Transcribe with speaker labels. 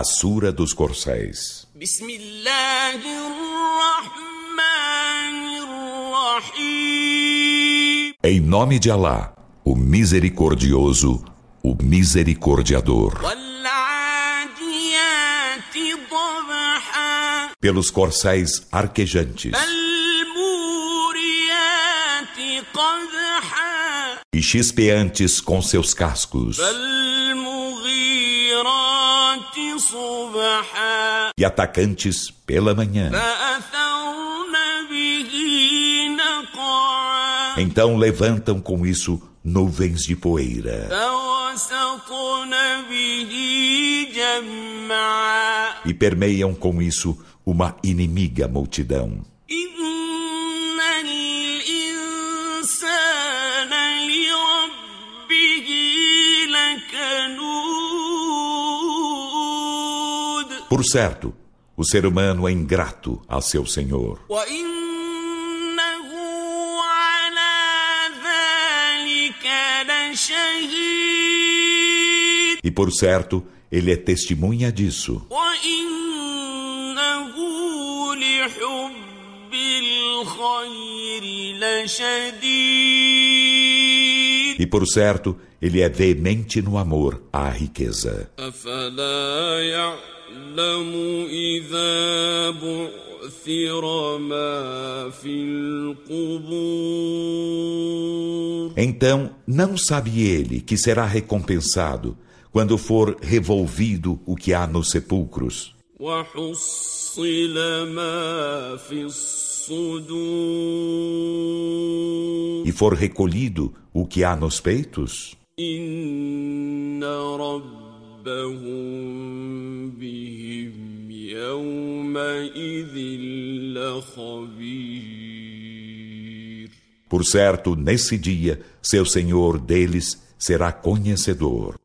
Speaker 1: A Sura dos Corcéis.
Speaker 2: بسم الله الرحمن الرحيم
Speaker 1: Em nome de Alá, o misericordioso, o misericordiador.
Speaker 2: والعاديات ضبحا
Speaker 1: Pelos corcéis arquejantes
Speaker 2: فالموريات قدحا
Speaker 1: e chispeantes com seus cascos,
Speaker 2: فالمغيرات صبحا
Speaker 1: e atacantes pela manhã.
Speaker 2: فأثرن به نقعا
Speaker 1: Então levantam com isso nuvens de poeira,
Speaker 2: فوسطن به جمعا
Speaker 1: e permeiam com isso uma inimiga multidão.
Speaker 2: إن الإنسان لربه لكنود
Speaker 1: Por certo, o ser humano é ingrato a seu Senhor.
Speaker 2: وإنه على ذلك لشهيد
Speaker 1: E por certo, ele é testemunha disso.
Speaker 2: وإنه لحب الخير لشديد
Speaker 1: E por certo, ele é veemente no amor à riqueza.
Speaker 2: أفلا يعلم إذا بعثر ما في القبور
Speaker 1: Então, não sabe ele que será recompensado quando for revolvido o que há nos sepulcros
Speaker 2: وحصل ما في الصدور
Speaker 1: e for recolhido o que há nos peitos?
Speaker 2: إن ربهم بهم يومئذ لخبير
Speaker 1: Por certo, nesse dia, seu Senhor deles será conhecedor.